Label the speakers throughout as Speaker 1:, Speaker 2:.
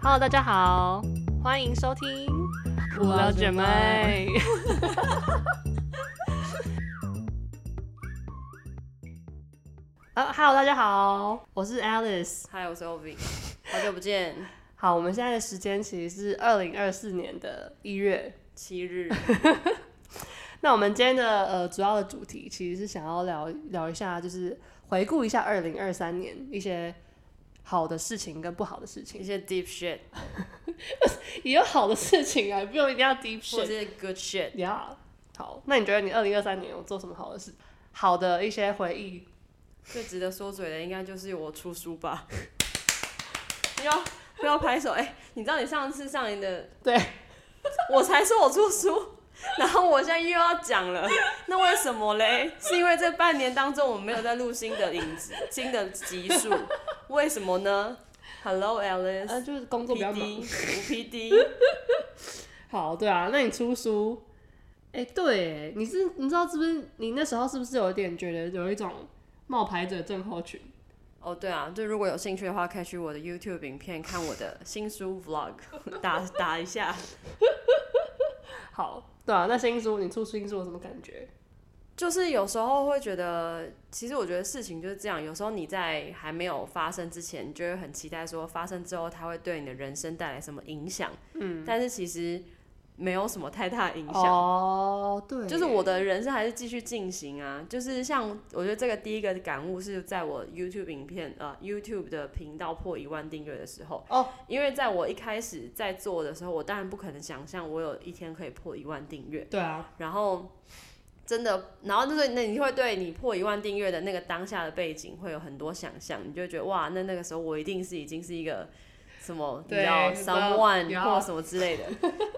Speaker 1: Hello，大家好，欢迎收听
Speaker 2: 无聊姐妹。
Speaker 1: 呃、h e l l o 大家好，我是 Alice。
Speaker 2: 嗨，我是 OV，好久不见，
Speaker 1: 好，我们现在的时间其实是二零二四年的一月。
Speaker 2: 七 日，
Speaker 1: 那我们今天的呃主要的主题其实是想要聊聊一下，就是回顾一下二零二三年一些好的事情跟不好的事
Speaker 2: 一
Speaker 1: 情，
Speaker 2: 些 deep shit
Speaker 1: 也有好的事情啊，不用一定要 deep
Speaker 2: 或
Speaker 1: shit
Speaker 2: 者是 good shit，
Speaker 1: 呀。好，那你觉得你二零二三年有做什么好的事？好的一些回忆？
Speaker 2: 最值得说嘴的应该就是我出书吧。 不要不要拍手，哎、你知道你上次上你的，
Speaker 1: 对，
Speaker 2: 我才说我出书。然后我现在又要讲了，那为什么嘞？是因为这半年当中我们没有在录新的影子、新的集数，为什么呢？Hello
Speaker 1: 呃，
Speaker 2: Alice，
Speaker 1: 就是工
Speaker 2: PD
Speaker 1: 作比较忙。
Speaker 2: 无 PD，
Speaker 1: 好，对啊，那你出书？哎、对，你是你知道是不是？你那时候是不是有一点觉得有一种冒牌者症候群？
Speaker 2: 哦，对啊，就如果有兴趣的话，可以去我的 YouTube 影片看我的新书 Vlog，打 打一下。
Speaker 1: 好，对啊，那新书你出新书有什么感觉？
Speaker 2: 就是有时候会觉得，其实我觉得事情就是这样。有时候你在还没有发生之前，你就会很期待说发生之后它会对你的人生带来什么影响。嗯，但是其实没有什么太大的影响。
Speaker 1: 哦，对，
Speaker 2: 就是我的人生还是继续进行啊。就是像我觉得这个第一个感悟是在我 YouTube 影片呃 YouTube 的频道破一万订阅的时候
Speaker 1: 哦，
Speaker 2: 因为在我一开始在做的时候，我当然不可能想象我有一天可以破一万订阅，
Speaker 1: 对啊，
Speaker 2: 然后。真的，然后就是那你会对你破一万订阅的那个当下的背景会有很多想象，你就会觉得哇，那那个时候我一定是已经是一个什么，你 知
Speaker 1: 对
Speaker 2: 道
Speaker 1: 你知道
Speaker 2: someone
Speaker 1: 呀
Speaker 2: 或什么之类的。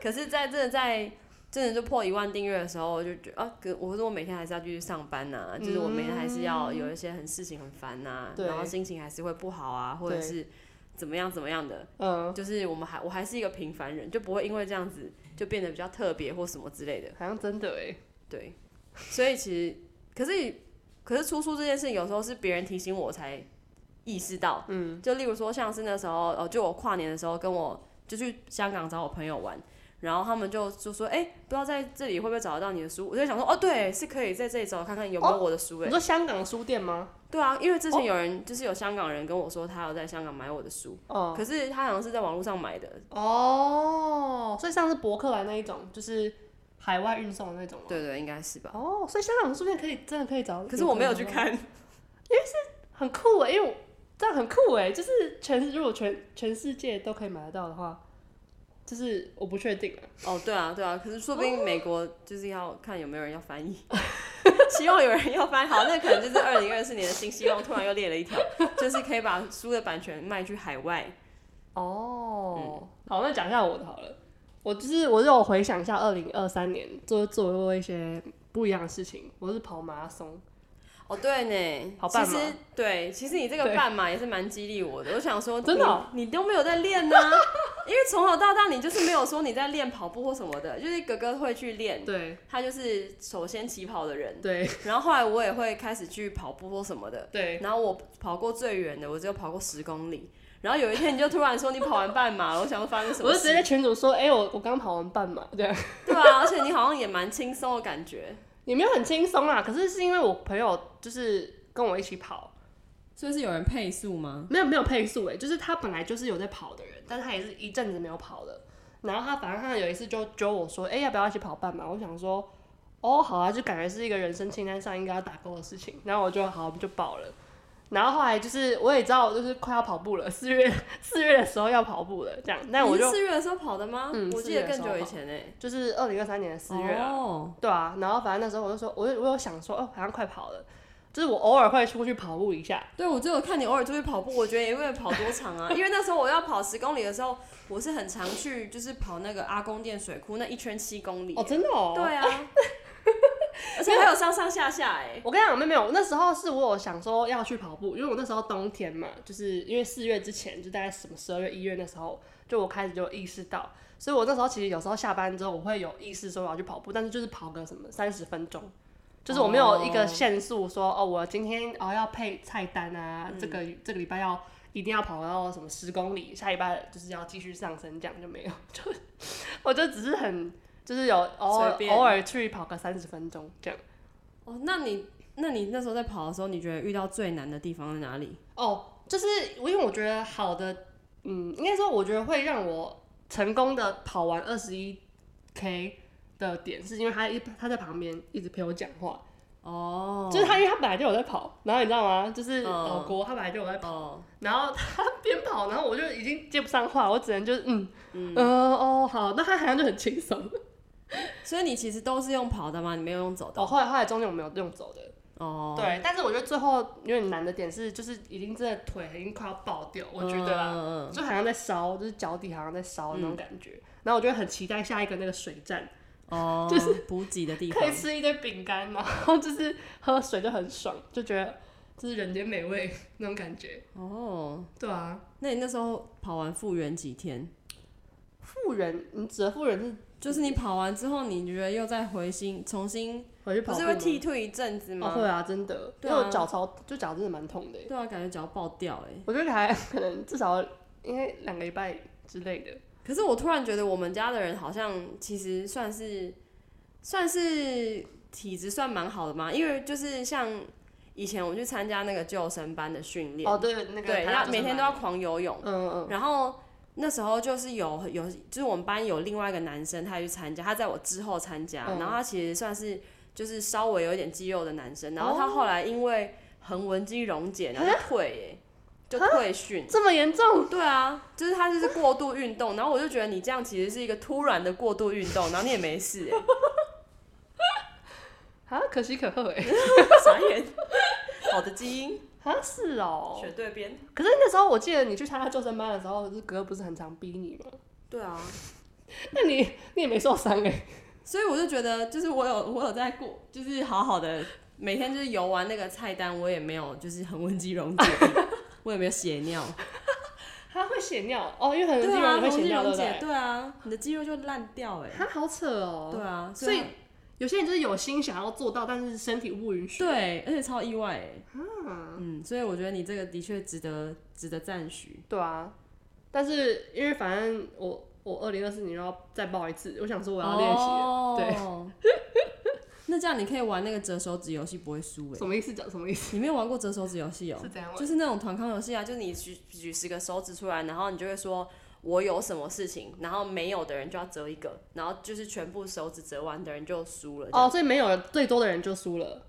Speaker 2: 可是在，真的在真的就破一万订阅的时候，我就觉得啊，可我说我每天还是要继续上班呐、 就是我每天还是要有一些很事情很烦呐、
Speaker 1: 嗯对
Speaker 2: 然后心情还是会不好啊，或者
Speaker 1: 对
Speaker 2: 是怎么样怎么样的，
Speaker 1: 嗯，
Speaker 2: 就是我们还我还是一个平凡人，就不会因为这样子就变得比较特别或什么之类的。
Speaker 1: 好像真的哎，
Speaker 2: 对，所以其实，可是可是出书这件事情，有时候是别人提醒我才意识到。嗯，就例如说，像是那时候，呃，就我跨年的时候，跟我就去香港找我朋友玩，然后他们就就说，哎、不知道在这里会不会找得到你的书？我就想说，哦，对，是可以在这里找看看有没有我的书、诶。
Speaker 1: 你说香港书店吗？
Speaker 2: 对啊，因为之前有人、就是有香港人跟我说，他有在香港买我的书，
Speaker 1: 哦
Speaker 2: 可是他好像是在网络上买的。
Speaker 1: 哦，所以上次博客来那一种，就是海外运送的那种吗？
Speaker 2: 对对，应该是吧。
Speaker 1: 哦，所以香港书店可以真的可以找，
Speaker 2: 可是我没有去，看，
Speaker 1: 很酷哎，因为我这样很酷哎，就是全如果全全世界都可以买得到的话，就是我不确定啊。
Speaker 2: 哦，对啊，对啊，可是说不定美国就是要看有没有人要翻译， 希望有人要翻。好，那可能就是二零二四年的新希望，突然又列了一 条，就是可以把书的版权卖去海外。
Speaker 1: 哦，好，那讲一下我的好了。我就是我有回想一下二零二三年做做过一些不一样的事情。我是跑马拉松，
Speaker 2: 哦，对呢，
Speaker 1: 好办
Speaker 2: 其
Speaker 1: 吗
Speaker 2: 实对，其实你这个
Speaker 1: 对
Speaker 2: 半马也是蛮激励我的。我想说，
Speaker 1: 真的哦
Speaker 2: 你，你都没有在练 呢、因为从小到大你就是没有说你在练跑步或什么的，就是哥哥会去练，
Speaker 1: 对
Speaker 2: 他就是首先起跑的人，
Speaker 1: 对
Speaker 2: 然后后来我也会开始去跑步或什么的。
Speaker 1: 对，
Speaker 2: 然后我跑过最远的，我只有跑过十公里。然后有一天你就突然说你跑完半马了，我想说发生什
Speaker 1: 我
Speaker 2: 么
Speaker 1: 就直接
Speaker 2: 事？
Speaker 1: 在群主说，哎、我我刚跑完半马，这样
Speaker 2: 对啊，而且你好像也蛮轻松的感觉，
Speaker 1: 也没有很轻松啦。可是是因为我朋友就是跟我一起跑，
Speaker 2: 所以是有人配速吗？
Speaker 1: 没有没有配速哎、就是他本来就是有在跑的人，但是他也是一阵子没有跑了。然后他反正他有一次就揪我说，哎、要不要一起跑半马？我想说，哦，好啊，就感觉是一个人生清单上应该要打勾的事情。然后我就好，我们就报了。然后后来就是我也知道，我就是快要跑步了， 四月四月的时候要跑步了，这样。但我
Speaker 2: 你是
Speaker 1: 就
Speaker 2: 四月的时候跑的吗？
Speaker 1: 嗯
Speaker 2: 我记得更久以前欸诶、
Speaker 1: 就是二零二三年的四月啊，
Speaker 2: 哦，
Speaker 1: 对啊。然后反正那时候我就说，我就我有想说，哦，好像快跑了，就是我偶尔会出去跑步一下。
Speaker 2: 对，我就有看你偶尔出去跑步，我觉得也会跑多长 啊？因为那时候我要跑十公里的时候，我是很常去，就是跑那个阿公店水库那一圈七公里、
Speaker 1: 哦，真的哦。
Speaker 2: 对 啊，而且还有上上下下欸诶、
Speaker 1: 我跟你讲，没有没有，那时候是我有想说要去跑步，因为我那时候冬天嘛，就是因为四月之前，就大概什么十二月、一月那时候，就我开始就意识到，所以我那时候其实有时候下班之后，我会有意识说我要去跑步，但是就是跑个什么三十分钟，就是我没哦有
Speaker 2: 嗯
Speaker 1: 一个限速说哦，我今天哦要配菜单啊，这个这个礼拜要一定要跑到什么十公里，下一拜就是要继续上升，这样就没有，就 我就只是很就是有偶尔
Speaker 2: 随便
Speaker 1: 偶尔去跑个三十分钟这样。
Speaker 2: 哦，那你那你那时候在跑的时候，你觉得遇到最难的地方在哪里？
Speaker 1: 哦，就是我因为我觉得好的，嗯，应该说我觉得会让我成功的跑完二十一 K 的点，是因为他一他在旁边一直陪我讲话，
Speaker 2: 哦，
Speaker 1: 就是他因为他本来就有在跑，然后你知道吗？就是
Speaker 2: 嗯
Speaker 1: 老郭他本来就有在跑，
Speaker 2: 哦，
Speaker 1: 然后他 边跑，然后我就已经接不上话，我只能就是嗯嗯、呃哦好，那他好像就很轻松。
Speaker 2: 所以你其实都是用跑的吗？你没有用走的？
Speaker 1: 哦，后来后来中间我没有用走的，
Speaker 2: 哦，
Speaker 1: 对，但是我觉得最后有点难的点是，就是已经真的腿已经快要爆掉，我觉得啦。啊
Speaker 2: 嗯嗯
Speaker 1: 就好像在烧，就是脚底好像在烧那种感觉。然后我就很期待下一个那个水站，
Speaker 2: 嗯 哦，就是补给的地方
Speaker 1: 可以。吃一堆饼干， 然后就是喝水就很爽，就觉得这是人间美味那种感觉。
Speaker 2: 哦，
Speaker 1: 对啊，
Speaker 2: 那你那时候跑完复原几天？
Speaker 1: 富人，你指的富人是
Speaker 2: 就是你跑完之后，你觉得又再回心重新，
Speaker 1: 回去
Speaker 2: 不
Speaker 1: 跑步
Speaker 2: 是
Speaker 1: 吗
Speaker 2: 会剃退一阵子
Speaker 1: 哦，
Speaker 2: 吗？
Speaker 1: 会啊，真的，
Speaker 2: 对啊
Speaker 1: 因为我脚超，就脚真的蛮痛的耶。
Speaker 2: 对啊，感觉脚爆掉哎、
Speaker 1: 我觉得还 可能至少应该两个礼拜之类的。
Speaker 2: 可是我突然觉得我们家的人好像其实算是算是体质算蛮好的嘛，因为就是像以前我们去参加那个救生班的训练，
Speaker 1: 哦，对，那个
Speaker 2: 对，
Speaker 1: 台大
Speaker 2: 要
Speaker 1: 就是
Speaker 2: 每天
Speaker 1: 蛮
Speaker 2: 都要狂游泳，
Speaker 1: 嗯嗯，
Speaker 2: 然后那时候就是有有，就是我们班有另外一个男生，他也去参加，他在我之后参加，
Speaker 1: 嗯
Speaker 2: 然后他其实算是就是稍微有一点肌肉的男生，然后
Speaker 1: 哦
Speaker 2: 他后来因为横纹肌溶解，然后就退耶、就退训。
Speaker 1: 这么严重，
Speaker 2: 对啊，就是他就是过度运动，然后我就觉得你这样其实是一个突然的过度运动，然后你也没 事哎、
Speaker 1: 啊，可喜可贺 哎，
Speaker 2: 傻眼，好的基因
Speaker 1: 啊是哦，
Speaker 2: 选对边，
Speaker 1: 可是那时候我记得你去参加救生班的时候，就是哥不是很常逼你吗？
Speaker 2: 对啊，
Speaker 1: 那你你也没受伤 哎、欸，
Speaker 2: 所以我就觉得，就是我有我有在过，就是好好的每天就是游完那个菜单，我也没有就是横纹肌溶 解，我也没有血尿，
Speaker 1: 他会血尿哦，因为很多
Speaker 2: 对
Speaker 1: 地
Speaker 2: 啊，
Speaker 1: 方
Speaker 2: 横
Speaker 1: 会
Speaker 2: 纹
Speaker 1: 血
Speaker 2: 肌
Speaker 1: 尿，对
Speaker 2: 溶
Speaker 1: 不
Speaker 2: 解，
Speaker 1: 对？
Speaker 2: 对啊，你的肌肉就烂掉哎、
Speaker 1: 他好扯哦。
Speaker 2: 对啊，
Speaker 1: 所以有些人就是有心想要做到，但是身体不允许。
Speaker 2: 对，而且超意外哎、嗯，所以我觉得你这个的确值得值得赞许，
Speaker 1: 对啊，但是因为反正我我二零二四年又要再报一次，我想说我要练习了、
Speaker 2: 哦、对。 那这样你可以玩那个折手指游戏不会输哎、
Speaker 1: 什么意思？讲什么意思？
Speaker 2: 你没有玩过折手指游戏哦？
Speaker 1: 是怎样玩？
Speaker 2: 就是那种团康游戏啊，就是你举举十个手指出来，然后你就会说我有什么事情，然后没有的人就要折一个，然后就是全部手指折完的人就输了。
Speaker 1: 哦，所以没有人最多的人就输了，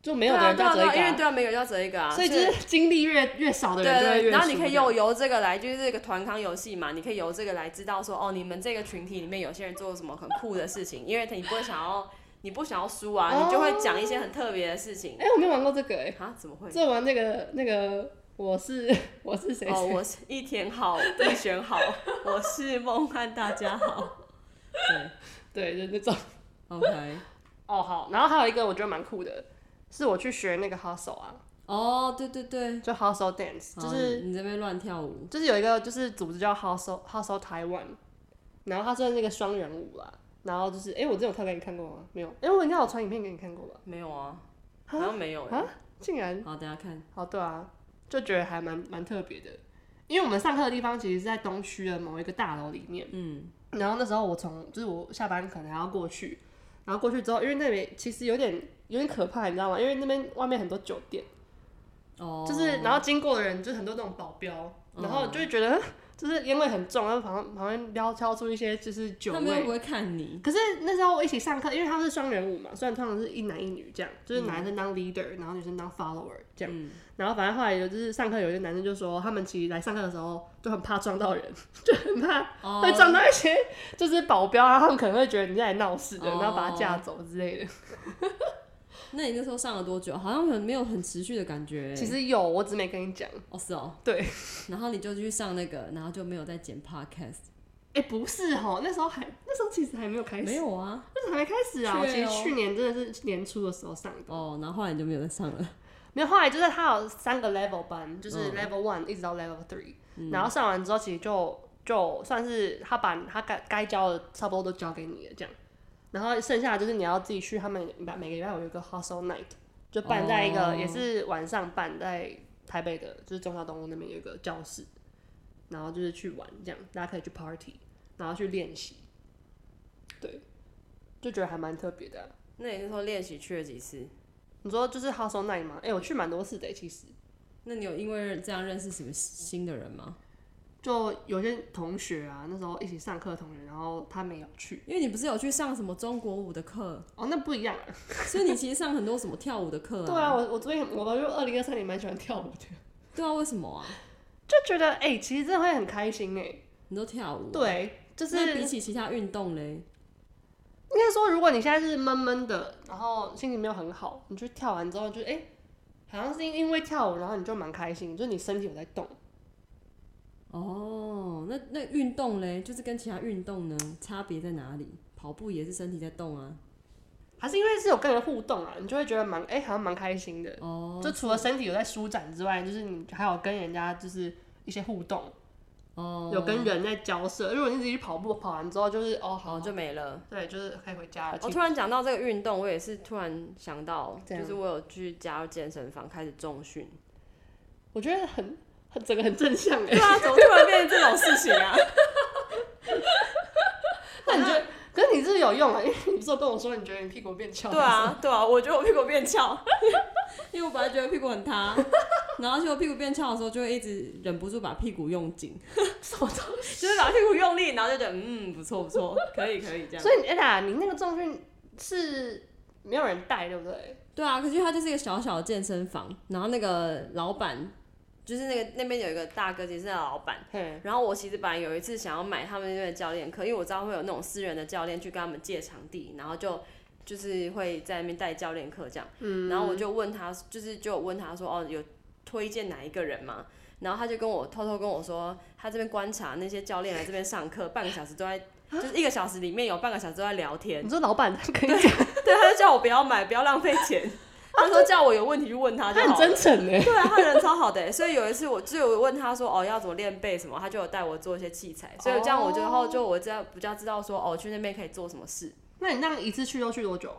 Speaker 1: 就没
Speaker 2: 这
Speaker 1: 有的人就
Speaker 2: 样，对
Speaker 1: 要
Speaker 2: 啊
Speaker 1: 折
Speaker 2: 对
Speaker 1: 一
Speaker 2: 啊，对啊因为
Speaker 1: 个
Speaker 2: 对啊，没有就要折一个啊，
Speaker 1: 啊、所以就是精力越越少的
Speaker 2: 对
Speaker 1: 人就会
Speaker 2: 对，
Speaker 1: 越
Speaker 2: 然后你可以
Speaker 1: 输这样
Speaker 2: 用由这个来，就是这个团康游戏嘛，你可以由这个来知道说，哦，你们这个群体里面有些人做了什么很酷的事情，因为你不会想要，你不想要输啊，
Speaker 1: 哦
Speaker 2: 你就会讲一些很特别的事情。
Speaker 1: 哎、我没有玩过这个哎、欸，
Speaker 2: 啊？怎么会？
Speaker 1: 这玩那个那个我是我是谁？
Speaker 2: 哦，我是一田 好，一璇好，我是梦汉，大家好。对
Speaker 1: 对，就那种。
Speaker 2: ，OK。
Speaker 1: 哦，好，然后还有一个我觉得蛮酷的，是我去学那个 hustle 啊，
Speaker 2: 哦，对对对，
Speaker 1: 就 hustle dance，就
Speaker 2: 好
Speaker 1: 是
Speaker 2: 你你这边乱跳舞，
Speaker 1: 就是有一个就是组织叫 hustle hustle Taiwan，然后它算是那个双人舞啦。然后就是，哎、我之前有跳给你看过吗？没有，哎、我应该有传影片给你看过吧？
Speaker 2: 没有啊，好像没有欸。
Speaker 1: 啊竟然，
Speaker 2: 好，等一下看。
Speaker 1: 哦，对啊，就觉得还蛮蛮特别的，因为我们上课的地方其实是在东区的某一个大楼里面。
Speaker 2: 嗯，
Speaker 1: 然后那时候我从就是我下班可能还要过去，然后过去之后，因为那边其实有点有点可怕，你知道吗？因为那边外面很多酒店，
Speaker 2: 哦，嗯
Speaker 1: 就是然后经过的人就是很多那种保镖，然后就会觉得 就是烟味很重，然后旁旁边撩挑出一些就是酒
Speaker 2: 他们又
Speaker 1: 味。
Speaker 2: 不会看你。
Speaker 1: 可是那时候我一起上课，因为他们是双人舞嘛，虽然通常是一男一女这样，就是男生当 leader，、然后女生当 follower 这样。然后反正后来有就是上课有一个男生就说，他们其实来上课的时候就很怕撞到人， 就很怕
Speaker 2: 哦
Speaker 1: 会，撞到一些就是保镖，啊然后他们可能会觉得你在闹事的，
Speaker 2: 哦
Speaker 1: 然后把他架走之类的。
Speaker 2: 那你那时候上了多久？好像很没有很持续的感觉欸。
Speaker 1: 其实有，我只没跟你讲。
Speaker 2: 哦，是哦。
Speaker 1: 对。
Speaker 2: 然后你就去上那个，然后就没有再剪 podcast。
Speaker 1: 哎、不是吼，那时候还那时候其实还没有开始，
Speaker 2: 没有啊。
Speaker 1: 那时候还没开始啊。我
Speaker 2: 确
Speaker 1: 其
Speaker 2: 哦
Speaker 1: 实去年真的是年初的时候上的，
Speaker 2: 哦，然后后来你就没有再上了。
Speaker 1: 没有。后来就是他有三个 level 班，就是 level one 一直到 level three，、然后上完之后其实就就算是他把他该该教的差不多都教给你了这样，然后剩下的就是你要自己去他们每每个礼拜有一个 hustle night，就办在一个、
Speaker 2: 哦
Speaker 1: 也是晚上办在台北的，就是中华东路那边有一个教室，然后就是去玩这样，大家可以去 party，然后去练习，对，就觉得还蛮特别的啊、
Speaker 2: 那你那时候练习去了几次？
Speaker 1: 你说就是 House on Night 吗？哎、我去蛮多次的、其实
Speaker 2: 那你有因为这样认识什么新的人吗？
Speaker 1: 就有些同学啊，那时候一起上课的同学，然后他没有去，
Speaker 2: 因为你不是有去上什么中国舞的课，
Speaker 1: 哦，那不一样啊、
Speaker 2: 所以你其实上很多什么跳舞的课
Speaker 1: 对啊，我我最近我就二零二三年蛮喜欢跳舞的，
Speaker 2: 对啊，为什么啊？
Speaker 1: 就觉得哎、其实真的会很开心哎、
Speaker 2: 你都跳舞，，
Speaker 1: 对，就是
Speaker 2: 那比起其他运动嘞，
Speaker 1: 应该说，如果你现在是闷闷的，然后心情没有很好，你去跳完之后就哎、诶好像是因因为跳舞，然后你就蛮开心，就是你身体有在动。
Speaker 2: 哦，那那运动嘞，就是跟其他运动呢差别在哪里？跑步也是身体在动啊，
Speaker 1: 还是因为是有跟人互动啊，你就会觉得蛮哎、好像蛮开心的。
Speaker 2: 哦，
Speaker 1: 就除了身体有在舒展之外，就是你还有跟人家就是一些互动，
Speaker 2: 哦，
Speaker 1: 有跟人在交涉。如果你自己去跑步，跑完之后就是哦好，
Speaker 2: 哦就没了。
Speaker 1: 对，就是可以回家了。
Speaker 2: 我突然讲到这个运动，我也是突然想到，
Speaker 1: 这样
Speaker 2: 就是我有去加入健身房开始重训。
Speaker 1: 我觉得很很整个很正向哎、
Speaker 2: 对 啊，怎么突然变成这种事情啊？
Speaker 1: 那你觉得？可是你是有用啊，因为你不是有跟我说你觉得你屁股变翘？
Speaker 2: 对，啊，对啊，我觉得我屁股变翘， 因为我本来觉得屁股很塌，然后结果屁股变翘的时候，就会一直忍不住把屁股用紧，
Speaker 1: 什么
Speaker 2: 就是把屁股用力，然后就觉得嗯，不错不错，可以可以这样。
Speaker 1: 所以艾达，你那个重训是没有人带，对不对？
Speaker 2: 对啊，可是它就是一个小小的健身房，然后那个老板就是那个那边有一个大哥，其实是那个老板。
Speaker 1: 嘿，
Speaker 2: 然后我其实本来有一次想要买他们那边的教练课，因为我知道会有那种私人的教练去跟他们借场地，然后就就是会在那边带教练课这样。嗯，然后我就问他，就是就有问他说，哦，有推荐哪一个人吗？然后他就跟我偷偷跟我说，他这边观察那些教练来这边上课，半个小时都在，就是一个小时里面有半个小时都在聊天
Speaker 1: 你。说老板他跟你讲，
Speaker 2: 对，他就叫我不要买，不要浪费钱。他说叫我有问题去问他就
Speaker 1: 他
Speaker 2: 好了
Speaker 1: 很。真诚哎。
Speaker 2: 对啊，他人超好的欸，所以有一次我就有问他说哦要怎么练背什么，他就有带我做一些器材，所以这样我就后就我这样比较知道说哦去那边可以做什么事，
Speaker 1: 那你那样一次去都去多久？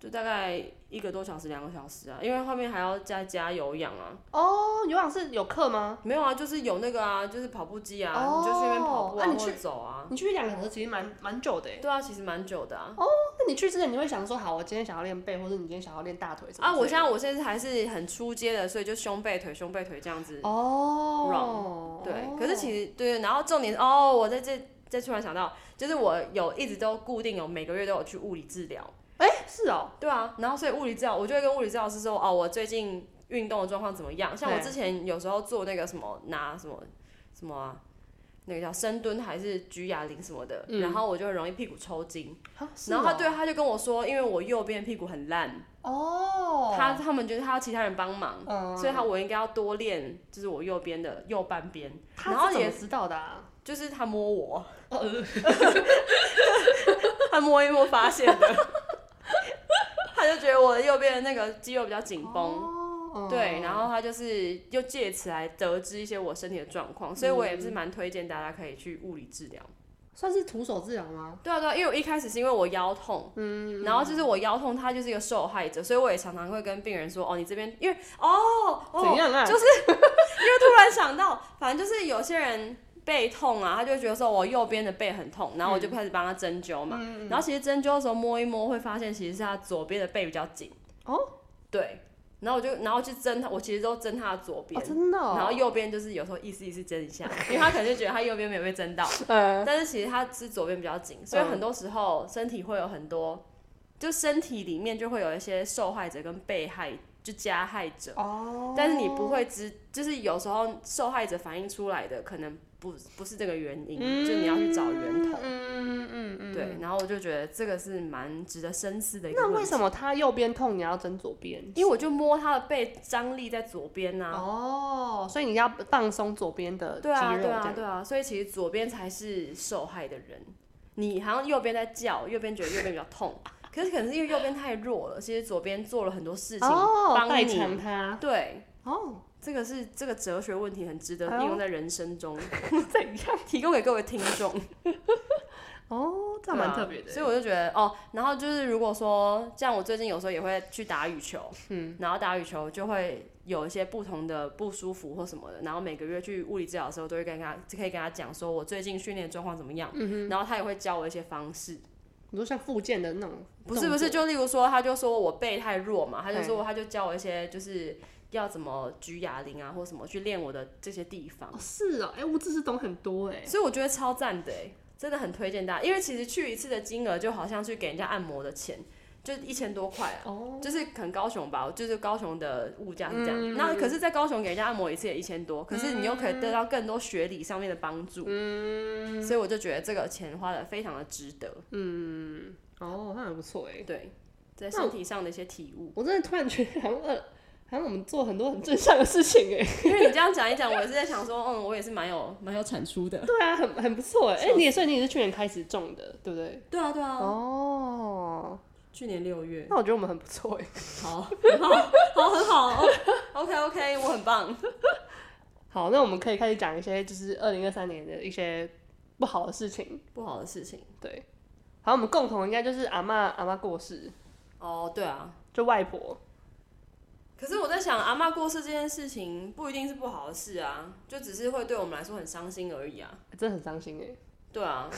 Speaker 2: 就大概一个多小时两个小时啊，因为后面还要再加有氧啊，
Speaker 1: 哦，有氧是有课吗？
Speaker 2: 没有啊就是有那个啊就是跑步机啊，
Speaker 1: 哦
Speaker 2: 你就去那边跑步啊
Speaker 1: 那你
Speaker 2: 或
Speaker 1: 去
Speaker 2: 者走啊，
Speaker 1: 你去两个小时其实蛮蛮久的哎。
Speaker 2: 对啊其实蛮久的啊。
Speaker 1: 那你去之前你会想说，好，我今天想要练背，或者你今天想要练大腿什么
Speaker 2: 啊，
Speaker 1: 之类的？
Speaker 2: 我现在我现在还是很出街的，所以就胸背腿胸背腿这样子。
Speaker 1: 哦
Speaker 2: wrong，对，可是其实对，然后重点是哦，我在这这突然想到，就是我有一直都固定有每个月都有去物理治疗，
Speaker 1: 哎是哦，
Speaker 2: 对啊，然后所以物理治疗我就会跟物理治疗师说哦，我最近运动的状况怎么样？像我
Speaker 1: 对
Speaker 2: 之前有时候做那个什么拿什么什么、啊、那个叫深蹲还是举哑铃什么的，
Speaker 1: 嗯
Speaker 2: 然后我就很容易屁股抽筋，
Speaker 1: 啊是
Speaker 2: 然后他
Speaker 1: 哦
Speaker 2: 对他就跟我说，因为我右边屁股很烂，
Speaker 1: 哦，
Speaker 2: 他他们觉得他要其他人帮忙。
Speaker 1: 嗯
Speaker 2: 所以他我应该要多练，就是我右边的右半边，
Speaker 1: 他
Speaker 2: 然
Speaker 1: 是
Speaker 2: 后
Speaker 1: 怎
Speaker 2: 也
Speaker 1: 么知道的啊？
Speaker 2: 就是他摸我，
Speaker 1: 哦呃
Speaker 2: 他摸一摸发现的，他就觉得我的右边的那个肌肉比较紧绷，
Speaker 1: 哦
Speaker 2: 对，然后他就是又借此来得知一些我身体的状况，所以我也是蛮推荐大家可以去物理治疗。
Speaker 1: 算是徒手治疗吗？
Speaker 2: 对啊，对啊，因为我一开始是因为我腰痛，嗯，然后就是我腰痛，他就是一个受害者，所以我也常常会跟病人说，哦，你这边因为哦哦，
Speaker 1: 怎样啊？
Speaker 2: 就是因为突然想到，反正就是有些人背痛啊，他就会觉得说我右边的背很痛，然后我
Speaker 1: 嗯
Speaker 2: 就开始帮他针灸嘛。然后其实针灸的时候摸一摸，会发现其实是他左边的背比较紧。
Speaker 1: 哦，
Speaker 2: 对。然后我就，然后去针他，我其实都针他的左边，
Speaker 1: 哦真的哦，
Speaker 2: 然后右边就是有时候意思意思针一下， 因为他可能就觉得他右边没有被 针到，
Speaker 1: 呃
Speaker 2: 但是其实他是左边比较紧，所以很多时候身体会有很多，就身体里面就会有一些受害者跟被害，就加害者。
Speaker 1: 哦，
Speaker 2: 但是你不会知，就是有时候受害者反映出来的可能不不是这个原因，就是你要去找源头。
Speaker 1: 嗯嗯嗯，
Speaker 2: 对，然后我就觉得这个是蛮值得深思的一个
Speaker 1: 那
Speaker 2: 问题。
Speaker 1: 为什？么他右边痛，你要针左边？
Speaker 2: 因为我就摸他的背，张力在左边啊呐、
Speaker 1: 哦，所以你要放松左边的肌
Speaker 2: 对
Speaker 1: 肉，
Speaker 2: 啊，对
Speaker 1: 这
Speaker 2: 啊，
Speaker 1: 样
Speaker 2: 对啊，所以其实左边才是受害的人。你好像右边在叫，右边觉得右边比较痛，可是可能是因为右边太弱了，其实左边做了很多事情
Speaker 1: 哦，
Speaker 2: 帮
Speaker 1: 代
Speaker 2: 你。
Speaker 1: 偿他
Speaker 2: 对，
Speaker 1: 哦，
Speaker 2: 这个是这个哲学问题很值得
Speaker 1: 哎呦
Speaker 2: 应用在人生中，怎样提供给各位听众？
Speaker 1: 哦，哦，这样蛮特别的
Speaker 2: 对
Speaker 1: 耶。
Speaker 2: 啊所以我就觉得哦，然后就是如果说像我最近有时候也会去打 羽球，嗯，然后打羽球就会有一些不同的不舒服或什么的，然后每个月去物理治疗的时候都会跟他可以跟他讲说我最近训练状况怎么样，嗯、然后他也会教我一些方式。
Speaker 1: 你说像附件的那种动
Speaker 2: 不
Speaker 1: 作，
Speaker 2: 是不是，就例如说，他就说我背太弱嘛，他就
Speaker 1: 嘿
Speaker 2: 说他就教我一些就是要怎么举哑铃啊，或什么去练我的这些地方
Speaker 1: 哦，。是哦，哎、我知识懂很多哎。
Speaker 2: 所以我觉得超赞的、欸，真的很推荐大家，因为其实去一次的金额就好像去给人家按摩的钱，就一千多块啊。
Speaker 1: 哦，
Speaker 2: 就是可能高雄吧，就是高雄的物价是这样。那可是，在高雄给人家按摩一次也一千多，可是你又可以得到更多学理上面的帮助。所以我就觉得这个钱花的非常的值得。
Speaker 1: 哦，那很不错哎。
Speaker 2: 对，在身体上的一些体悟。
Speaker 1: 我真的突然觉得好像呃，好像我们做很多很正向的事情哎。
Speaker 2: 因为你这样讲一讲，我也是在想说，嗯，我也是蛮有蛮有产出的。
Speaker 1: 对啊，很很不错哎。哎、
Speaker 2: 笑死
Speaker 1: 你也算你也是去年开始种的，对不对？
Speaker 2: 对啊，对啊。
Speaker 1: 哦，
Speaker 2: 去年六月，
Speaker 1: 那我觉得我们很不错哎。
Speaker 2: 好，很好，好，很好。OK OK，我很棒。
Speaker 1: 好，那我们可以开始讲一些就是二零二三年的一些不好的事情。
Speaker 2: 不好的事情。
Speaker 1: 对，好，我们共同应该就是阿嬷阿嬷过世，
Speaker 2: 哦，对啊。
Speaker 1: 就外婆。
Speaker 2: 可是我在想，阿嬷过世这件事情不一定是不好的事啊，就只是会对我们来说很伤心而已啊。
Speaker 1: 真的很伤心哎，
Speaker 2: 对啊，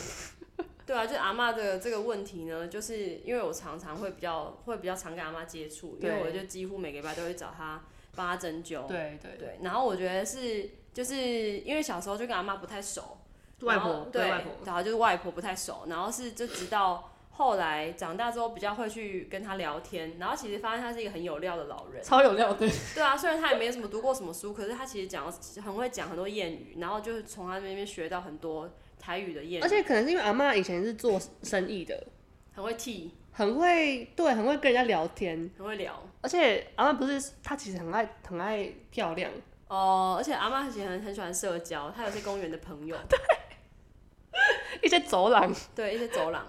Speaker 2: 对啊，就阿嬷的这个问题呢，就是因为我常常会比较会比较常跟阿嬷接触，因为
Speaker 1: 对
Speaker 2: 我就几乎每个礼拜都会找她帮她针灸。
Speaker 1: 对对
Speaker 2: 对，然后我觉得是就是因为小时候就跟阿妈不太熟，
Speaker 1: 外
Speaker 2: 然后
Speaker 1: 婆
Speaker 2: 对
Speaker 1: 对外婆
Speaker 2: 然后就是外婆不太熟，然后是就直到后来长大之后比较会去跟她聊天，然后其实发现她是一个很有料的老人，
Speaker 1: 超有料对，
Speaker 2: 对啊，虽然她也没什么读过什么书，可是她其实讲很会讲很多谚语，然后就是从她那边学到很多台语的谚语，
Speaker 1: 而且可能是因为阿嬷以前是做生意的，
Speaker 2: 很会替，
Speaker 1: 很会对，很会跟人家聊天，
Speaker 2: 很会聊。
Speaker 1: 而且阿嬷不是她其实很爱很爱漂亮，
Speaker 2: 哦、而且阿妈其实很很喜欢社交，她有些公园的朋友，
Speaker 1: 一些走廊
Speaker 2: 对一些走廊，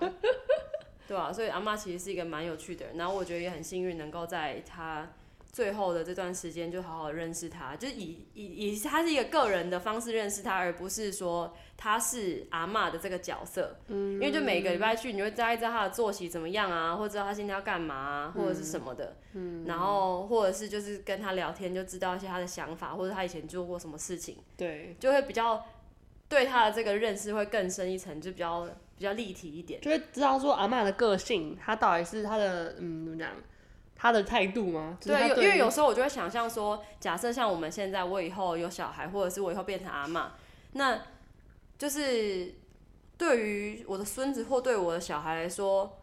Speaker 2: 对啊，所以阿妈其实是一个蛮有趣的人，然后我觉得也很幸运能够在她最后的这段时间就好好认识她，就是以以以她是一个个人的方式认识她，而不是说她是阿妈的这个角色，嗯，因为就每个礼拜去，你就会大概知道她的作息怎么样啊，或者知道她今天要干嘛、啊，或者是什么的，嗯，然后或者是就是跟她聊天就知道一些她的想法，或者她以前做过什么事情。
Speaker 1: 对，
Speaker 2: 就会比较对他的这个认识会更深一层，就比较比较立体一点。
Speaker 1: 就会知道说阿嬷的个性，她到底是她的嗯怎么讲，她的态度吗？就是她
Speaker 2: 对，有
Speaker 1: 对
Speaker 2: 因为
Speaker 1: 于
Speaker 2: 有时候我就会想象说，假设像我们现在，我以后有小孩，或者是我以后变成阿嬷，那就是对于我的孙子或对我的小孩来说，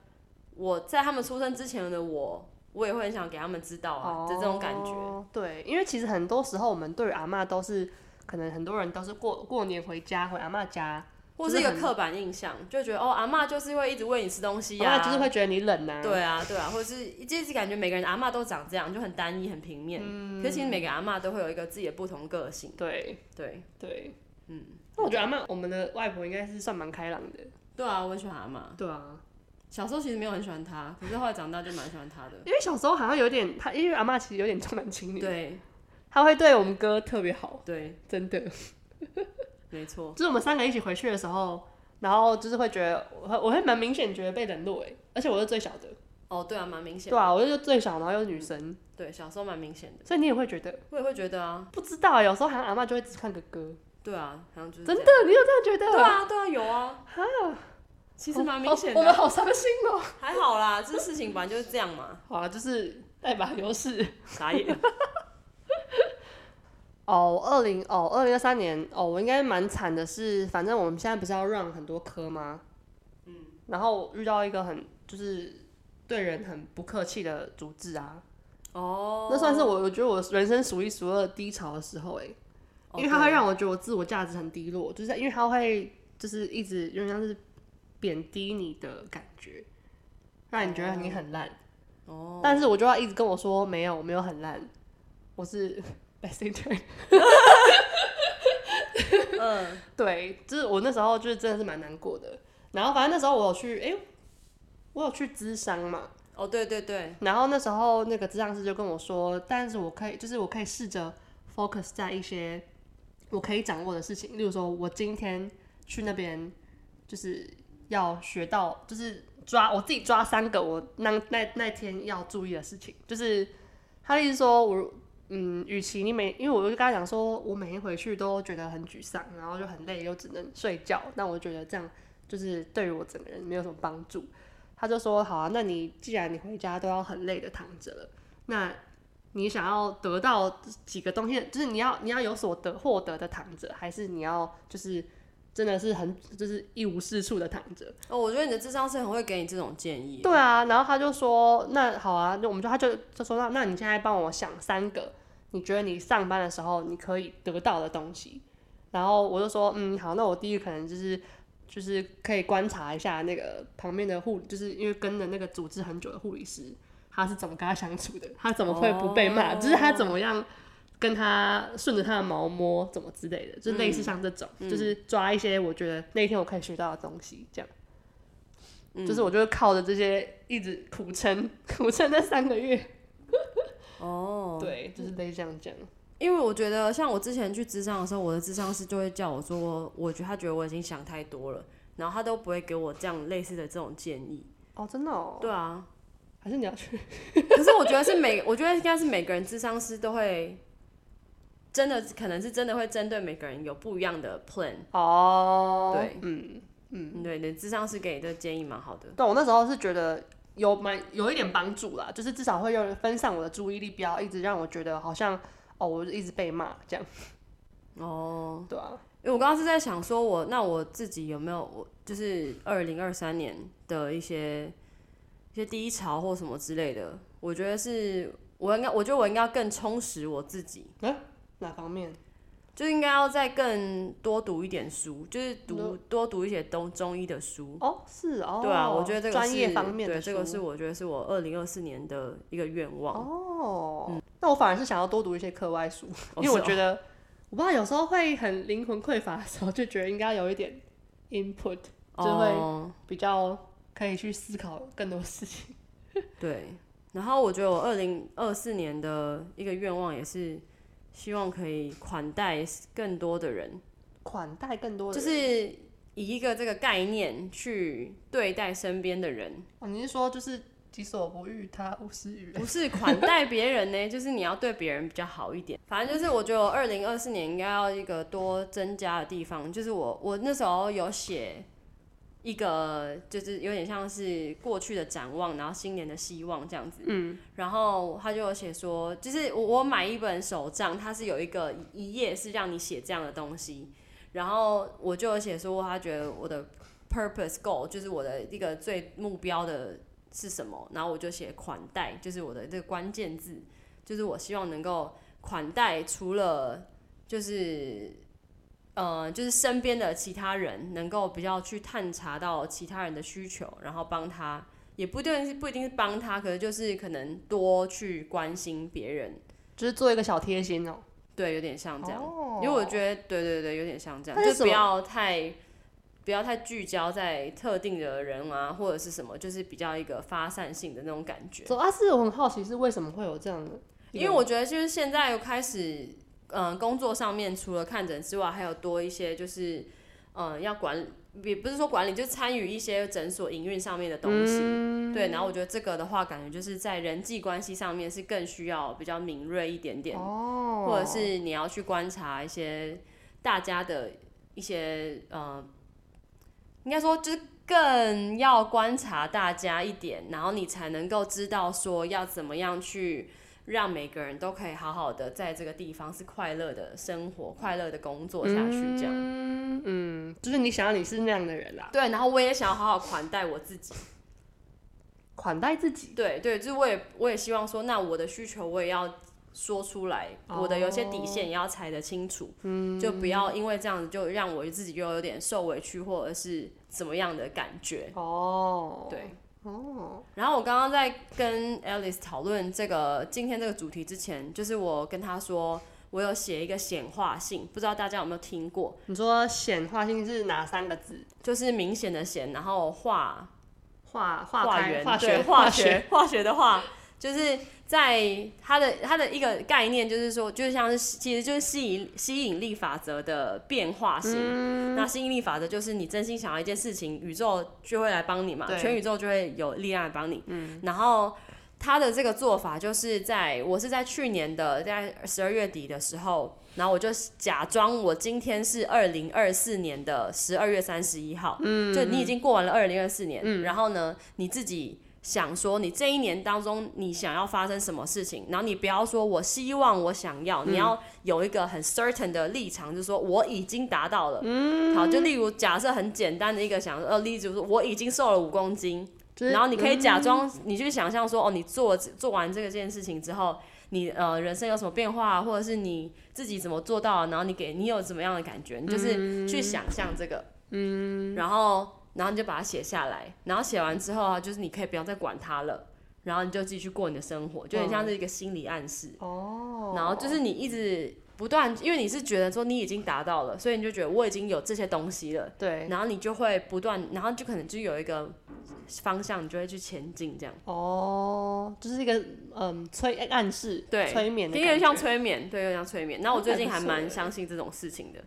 Speaker 2: 我在他们出生之前的我，我也会很想给他们知道啊的、这种感觉。
Speaker 1: 哦对，因为其实很多时候我们对于阿嬷都是，可能很多人都是过过年回家回阿嬷家，
Speaker 2: 或是一个
Speaker 1: 就是很
Speaker 2: 刻板印象，就觉得哦，阿嬷就是会一直喂你吃东西呀、
Speaker 1: 阿嬷就是会觉得你冷呐、啊，
Speaker 2: 对啊，对啊，或者是就是感觉每个人的阿嬷都长这样，就很单一、很平面。可是其实每个阿嬷都会有一个自己的不同个性。
Speaker 1: 对
Speaker 2: 对，
Speaker 1: 对，
Speaker 2: 嗯，
Speaker 1: 那我觉得阿嬷，我们的外婆应该是算蛮开朗的，
Speaker 2: 对啊，我很喜欢阿嬷。
Speaker 1: 对啊，
Speaker 2: 小时候其实没有很喜欢她，可是后来长大就蛮喜欢她的。
Speaker 1: 因为小时候好像有点，她因为阿嬷其实有点重男轻女，
Speaker 2: 对
Speaker 1: 她会对我们哥特别好，
Speaker 2: 对，
Speaker 1: 真的，
Speaker 2: 没错。
Speaker 1: 就是我们三个一起回去的时候。然后就是会觉得，我会我会蛮明显觉得被冷落哎，而且我是最小的，
Speaker 2: 哦，对啊，蛮明显
Speaker 1: 对
Speaker 2: 的。
Speaker 1: 啊，我嗯就是最小，然后又是女生，
Speaker 2: 对，小时候蛮明显的。
Speaker 1: 所以你也会觉得
Speaker 2: 我也会觉得啊，
Speaker 1: 不知道欸，有时候好像阿嬷就会只看哥哥，
Speaker 2: 对啊，好像就是
Speaker 1: 真的
Speaker 2: 这样，
Speaker 1: 你有这样觉得？
Speaker 2: 对啊，对啊，有啊。其实蛮明显
Speaker 1: 我们
Speaker 2: 的，啊
Speaker 1: 好伤心哦。
Speaker 2: 还好啦，这事情本来就是这样嘛。
Speaker 1: 好啊，就是代把优势。
Speaker 2: 傻眼。
Speaker 1: 哦，二零哦，二零二三年哦，我应该蛮惨的是，反正我们现在不是要让很多科吗？嗯，然后遇到一个很就是对人很不客气的组织啊，
Speaker 2: 哦，
Speaker 1: 那算是我我觉得我人生数一数二低潮的时候哎、
Speaker 2: 哦
Speaker 1: 因为他会
Speaker 2: 对
Speaker 1: 让我觉得我自我价值很低落，就是因为他会就是一直就像是贬低你的感觉，让你觉得你很烂。
Speaker 2: 哦，
Speaker 1: 但是我就要一直跟我说没有，我没有很烂，我是 best intern。
Speaker 2: 嗯，
Speaker 1: 对，就是我那时候就是真的是蛮难过的。然后反正那时候我有去，哎、我有去咨商嘛。
Speaker 2: 哦，对对对，
Speaker 1: 然后那时候那个咨商师就跟我说，但是我可以，就是我可以试着 focus 在一些我可以掌握的事情，例如说我今天去那边就是要学到，就是抓我自己抓三个我那那那天要注意的事情，就是他的意思说我。嗯，与其你每，因为我就跟他讲说，我每天回去都觉得很沮丧，然后就很累，又只能睡觉。那我觉得这样就是对于我整个人没有什么帮助。他就说，好啊，那你既然你回家都要很累的躺着了，那你想要得到几个东西，就是你要你要有所得获得的躺着，还是你要就是真的是很就是一无是处的躺着？
Speaker 2: 哦，我觉得你的智商是很会给你这种建议。
Speaker 1: 对啊，然后他就说，那好啊，那我们就他就就说那那你现在帮我想三个，你觉得你上班的时候你可以得到的东西。然后我就说，嗯，好，那我第一个可能就是就是可以观察一下那个旁边的护，就是因为跟着那个组织很久的护理师，他是怎么跟他相处的，他怎么会不被骂，就是他怎么样。跟他顺着他的毛摸，怎么之类的，就类似像这种，就是抓一些我觉得那一天我可以学到的东西，这样。就是我就是靠着这些一直苦撑， 苦撑那三个月。
Speaker 2: 哦，
Speaker 1: 对，就是类似这样讲。
Speaker 2: 因为我觉得像我之前去智商的时候，我的智商师就会叫我说，我觉得他觉得我已经想太多了，然后他都不会给我这样类似的这种建议。
Speaker 1: 哦，真的哦。
Speaker 2: 对啊，
Speaker 1: 还是你要去？
Speaker 2: 可是我觉得是每，我觉得应该是每个人智商师都会，真的可能是真的会针对每个人有不一样的 plan。
Speaker 1: 哦
Speaker 2: 对
Speaker 1: 嗯嗯。
Speaker 2: 嗯，对，你的智商师给你的建议蛮好的。
Speaker 1: 但我那时候是觉得有蛮有一点帮助啦，就是至少会让人分散我的注意力，不要一直让我觉得好像哦，我一直被骂这样。
Speaker 2: 哦，
Speaker 1: 对啊。
Speaker 2: 因为我刚刚是在想说我，那我自己有没有我就是二零二三年的一些一些低潮或什么之类的，我觉得是我应该，我觉得我应该要更充实我自己，
Speaker 1: 哪方面？
Speaker 2: 就应该要再更多读一点书，就是读多读一些东中医的书。
Speaker 1: 哦，是哦。
Speaker 2: 对啊，我觉得这个
Speaker 1: 专
Speaker 2: 是
Speaker 1: 业方面的
Speaker 2: 对这个
Speaker 1: 书
Speaker 2: 是我觉得是我二零二四年的一个愿望。
Speaker 1: 哦，那我反而是想要多读一些课外书，
Speaker 2: 哦
Speaker 1: 因为
Speaker 2: 是
Speaker 1: 我
Speaker 2: 哦
Speaker 1: 觉得，我不知道有时候会很灵魂匮乏的时候，就觉得应该有一点 input，就会
Speaker 2: 哦
Speaker 1: 比较可以去思考更多事 情。
Speaker 2: 对，然后我觉得我二零二四年的一个愿望也是希望可以款待更多的人，
Speaker 1: 款待更多的
Speaker 2: 就
Speaker 1: 人，
Speaker 2: 是以一个这个概念去对待身边的人，
Speaker 1: 哦，你是说就是己所不欲，他勿施于人？
Speaker 2: 不是款待别人呢， 就是你要对别人比较好一点。反正就是我觉得我二零二四年应该要一个多增加的地方，就是我我那时候有写一个，就是有点像是过去的展望，然后新年的希望这样子。嗯，然后他就有写说，就是我我买一本手账，它是有一个一页是让你写这样的东西，然后我就有写说，他觉得我的 purpose goal 就是我的一个最目标的是什么，然后我就写款待，就是我的这个关键字，就是我希望能够款待除了就是呃就是身边的其他人，能够比较去探查到其他人的需求，然后帮他，也不一定是不一定是帮他，可能就是可能多去关心别人，
Speaker 1: 就是做一个小贴心哦。
Speaker 2: 对，有点像这样，
Speaker 1: 哦
Speaker 2: 因为我觉得对对对，有点像这样，
Speaker 1: 但是
Speaker 2: 就
Speaker 1: 什
Speaker 2: 不
Speaker 1: 么
Speaker 2: 要太。不要太聚焦在特定的人啊，或者是什么，就是比较一个发散性的那种感觉。
Speaker 1: 走啊，是我很好奇是为什么会有这样的一个，
Speaker 2: 因为我觉得就是现在又开始，嗯、工作上面除了看诊之外，还有多一些就是，嗯、要管，也不是说管理，就是参与一些诊所营运上面的东西。对，然后我觉得这个的话，感觉就是在人际关系上面是更需要比较敏锐一点点，
Speaker 1: 哦，
Speaker 2: 或者是你要去观察一些大家的一些，呃，应该说就是。更要观察大家一点，然后你才能够知道说要怎么样去让每个人都可以好好的在这个地方是快乐的生活、快乐的工作下去，这样。
Speaker 1: 嗯嗯，就是你想要你是那样的人啊啦，
Speaker 2: 对，然后我也想要好好款待我自己。
Speaker 1: 款待自己。
Speaker 2: 对对，就是我也我也希望说，那我的需求我也要说出来，
Speaker 1: 哦
Speaker 2: 我的有些底线也要踩得清楚，嗯，就不要因为这样子就让我自己又有点受委屈或者是怎么样的感觉。
Speaker 1: 哦，
Speaker 2: 对，
Speaker 1: 哦，
Speaker 2: 然后我刚刚在跟 Alice 讨论这个今天这个主题之前，就是我跟她说，我有写一个显化信，不知道大家有没有听过？
Speaker 1: 你说显化性是哪三个字？
Speaker 2: 就是明显的显，然后化
Speaker 1: 化化
Speaker 2: 化
Speaker 1: 开
Speaker 2: 缘
Speaker 1: 化
Speaker 2: 对
Speaker 1: 学
Speaker 2: 化学化学的化，就是在它的它的一个概念，就是说，就像是其实就是吸引吸引力法则的变化型。那吸引力法则就是你真心想要一件事情，宇宙就会来帮你嘛，
Speaker 1: 对
Speaker 2: 全宇宙就会有力量来帮你。嗯，然后。他的这个做法就是在我是在去年的在十二月底的时候，然后我就假装我今天是二零二四年的十二月三十一号，嗯，就你已经过完了二零二四年，然后呢，你自己想说你这一年当中你想要发生什么事情，然后你不要说我希望我想要，你要有一个很 certain 的立场，就是说我已经达到了，嗯，好，就例如假设很简单的一个想，呃，例如说我已经瘦了五公斤，
Speaker 1: 就是嗯
Speaker 2: 然后你可以假装，你去想象说，哦，你做做完这个件事情之后，你呃人生有什么变化，或者是你自己怎么做到，然后你给你有怎么样的感觉，你就是去想象这个，嗯，然后然后你就把它写下来，然后写完之后啊，就是你可以不要再管它了，然后你就继续过你的生活，就很像是一个心理暗示，
Speaker 1: 哦，
Speaker 2: 然后就是你一直不断，因为你是觉得说你已经达到了，所以你就觉得我已经有这些东西了，
Speaker 1: 对，
Speaker 2: 然后你就会不断，然后就可能就有一个方向，你就会去前进这样。
Speaker 1: 哦，就是一个嗯催暗示，
Speaker 2: 对
Speaker 1: 催眠
Speaker 2: 有
Speaker 1: 的，
Speaker 2: 点像，催眠，对，有点像催眠。然后我最近
Speaker 1: 还
Speaker 2: 还
Speaker 1: 不错
Speaker 2: 蛮
Speaker 1: 欸
Speaker 2: 相信这种事情的，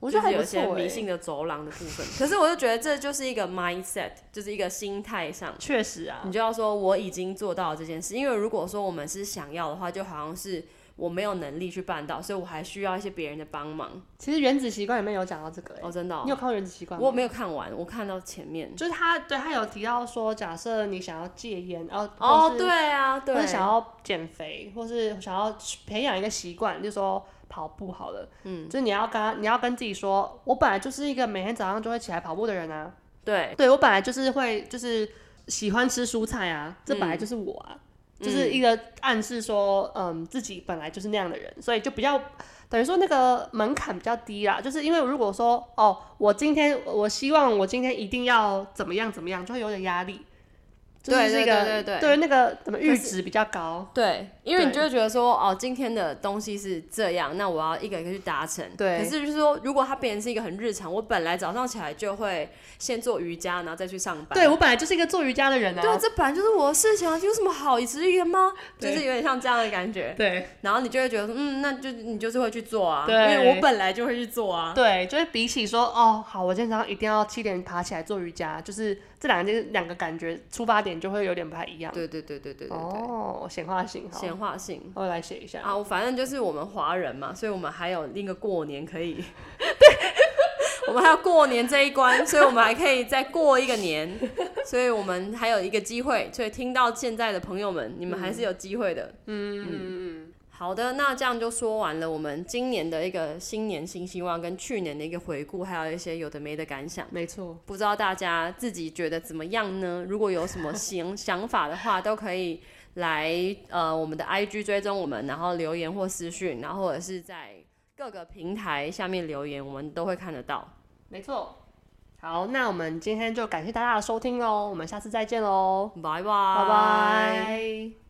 Speaker 1: 我觉得还不
Speaker 2: 就是有一些
Speaker 1: 错、
Speaker 2: 迷
Speaker 1: 欸，
Speaker 2: 信的走廊的部分。可是我就觉得这就是一个 mindset，就是一个心态上，
Speaker 1: 确实啊
Speaker 2: 你，就要说我已经做到了这件事。因为如果说我们是想要的话，就好像是我没有能力去办到，所以我还需要一些别人的帮忙。
Speaker 1: 其实《原子习惯》里面有讲到这个、欸，
Speaker 2: 哦，真的哦、
Speaker 1: 你有看过《原子习惯》吗？
Speaker 2: 我没有看完，我看到前面。
Speaker 1: 就是他对他有提到说，假设你想要戒烟，然后或
Speaker 2: 哦，
Speaker 1: 是
Speaker 2: 对啊，对
Speaker 1: 或，者想要减肥，或是想要培养一个习惯，就说跑步好了。嗯，就是你要跟他你要跟自己说，我本来就是一个每天早上就会起来跑步的人啊。
Speaker 2: 对，
Speaker 1: 对我本来就是会就是喜欢吃蔬菜啊，这本来就是我啊，
Speaker 2: 嗯
Speaker 1: 就是一个暗示说，嗯，自己本来就是那样的人，所以就比较等于说那个门槛比较低啦。就是因为如果说哦，我今天我希望我今天一定要怎么样怎么样，就会有点压力。就是
Speaker 2: 对
Speaker 1: 是一
Speaker 2: 对
Speaker 1: 个
Speaker 2: 对对对
Speaker 1: 那个怎么阈
Speaker 2: 可是
Speaker 1: 值比较高，
Speaker 2: 对，因为你
Speaker 1: 对
Speaker 2: 就会觉得说，哦，今天的东西是这样，那我要一个一个去达成。
Speaker 1: 对
Speaker 2: 可是就是说，如果它变成是一个很日常，我本来早上起来就会先做瑜伽，然后再去上班。
Speaker 1: 对我本来就是一个做瑜伽的人啊，
Speaker 2: 对啊，这本来就是我的事情啊，有什么好以至于的吗？就
Speaker 1: 对
Speaker 2: 是有点像这样的感觉。
Speaker 1: 对
Speaker 2: 然后你就会觉得说，嗯，那就你就是会去做啊，因
Speaker 1: 对
Speaker 2: 为我本来就会去做啊。
Speaker 1: 对，就是比起说哦，好，我今天早上一定要七点爬起来做瑜伽，就是这两件两个感觉出发点就会有点不太一样。
Speaker 2: 对对对对对对对，
Speaker 1: 哦，显化型好，
Speaker 2: 显化性。
Speaker 1: 我来写一下。
Speaker 2: 啊，我反正就是我们华人嘛，所以我们还有另一个过年 可以，对，我们还有过年这一关，所以我们还可以再过一个年，所以我们还有一个机会，所以听到现在的朋友们，你们还是有机会的。
Speaker 1: 嗯，
Speaker 2: 好的，那这样就说完了我们今年的一个新年新希望，跟去年的一个回顾，还有一些有的没的感想。
Speaker 1: 没错，
Speaker 2: 不知道大家自己觉得怎么样呢？如果有什么想想法的话，都可以来呃我们的 IG 追踪我们，然后留言或私讯，然后或者是在各个平台下面留言，我们都会看得到。
Speaker 1: 没错。好，那我们今天就感谢大家的收听喽，我们下次再见喽，
Speaker 2: 拜
Speaker 1: 拜
Speaker 2: 拜，拜
Speaker 1: 拜。